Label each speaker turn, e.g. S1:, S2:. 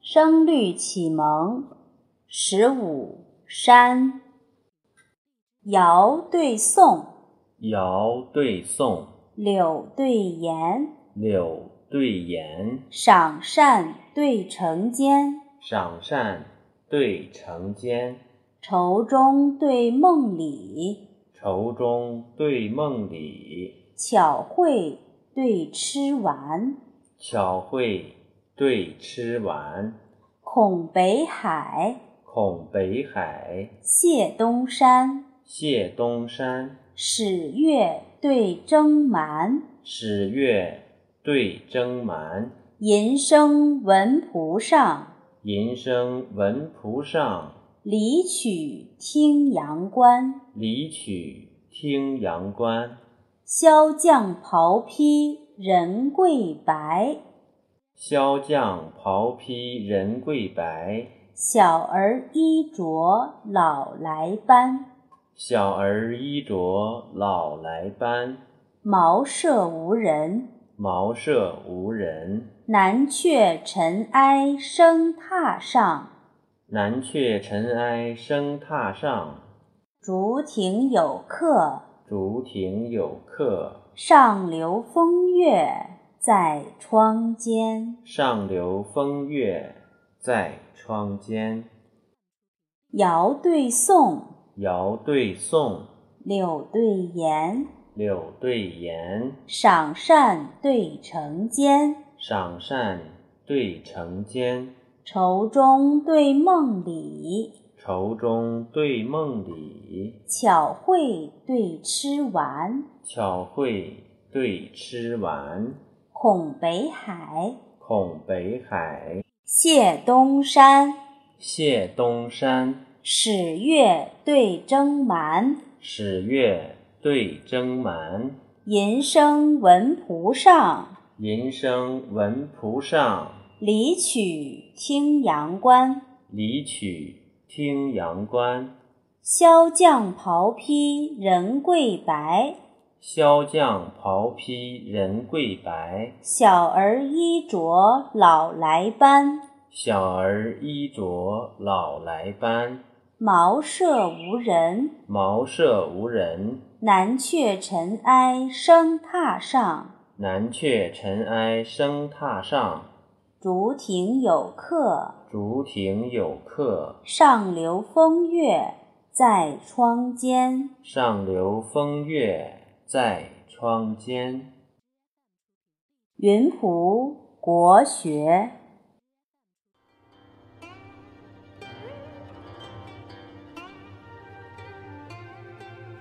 S1: 声律启蒙十五山，尧对宋，
S2: 尧对宋，
S1: 柳对颜，
S2: 柳对颜，
S1: 赏善对惩奸，
S2: 赏善对惩奸，
S1: 愁中对梦里，
S2: 愁中对梦里，
S1: 巧慧对痴顽，
S2: 巧慧对痴顽，
S1: 孔北海，
S2: 孔北海，
S1: 谢东山，
S2: 谢东山，
S1: 始月对征蛮，
S2: 始月对征蛮，
S1: 吟声闻蒲上，
S2: 吟声闻蒲上，
S1: 离曲听阳关。
S2: 离曲听阳关。
S1: 萧将袍披人贵白，
S2: 萧将袍披人贵白，
S1: 小儿衣着老来斑。
S2: 小儿衣着老来斑。
S1: 茅舍无人，
S2: 茅舍无人，
S1: 南阙尘埃生榻上。
S2: 南阙尘埃生榻上。
S1: 竹亭有客，
S2: 竹亭有客，
S1: 上流风月在窗间。
S2: 上流风月在窗间。
S1: 尧对宋，
S2: 尧对宋，
S1: 柳对颜，
S2: 柳对颜，
S1: 赏善对惩奸，
S2: 赏善对惩奸，
S1: 愁中对梦里，
S2: 愁中对梦里，
S1: 巧慧对痴顽，
S2: 巧慧对痴顽，
S1: 孔北海，
S2: 孔北海，
S1: 谢东山，
S2: 谢东山，
S1: 始月对征蛮，
S2: 始月对征蛮，
S1: 吟声闻蒲上，
S2: 吟声闻蒲上，
S1: 离曲听阳关。
S2: 离曲听阳关。
S1: 萧将袍披人贵白，
S2: 萧将袍披人贵白，
S1: 小儿衣着老来斑。
S2: 小儿衣着老来斑。
S1: 茅舍无人，
S2: 茅舍无人，
S1: 南阙尘埃生榻上。
S2: 南阙尘埃生榻上。
S1: 竹亭有客，
S2: 竹亭有客，
S1: 上流风月在窗间。
S2: 上流风月在窗间。
S1: 云浦国学。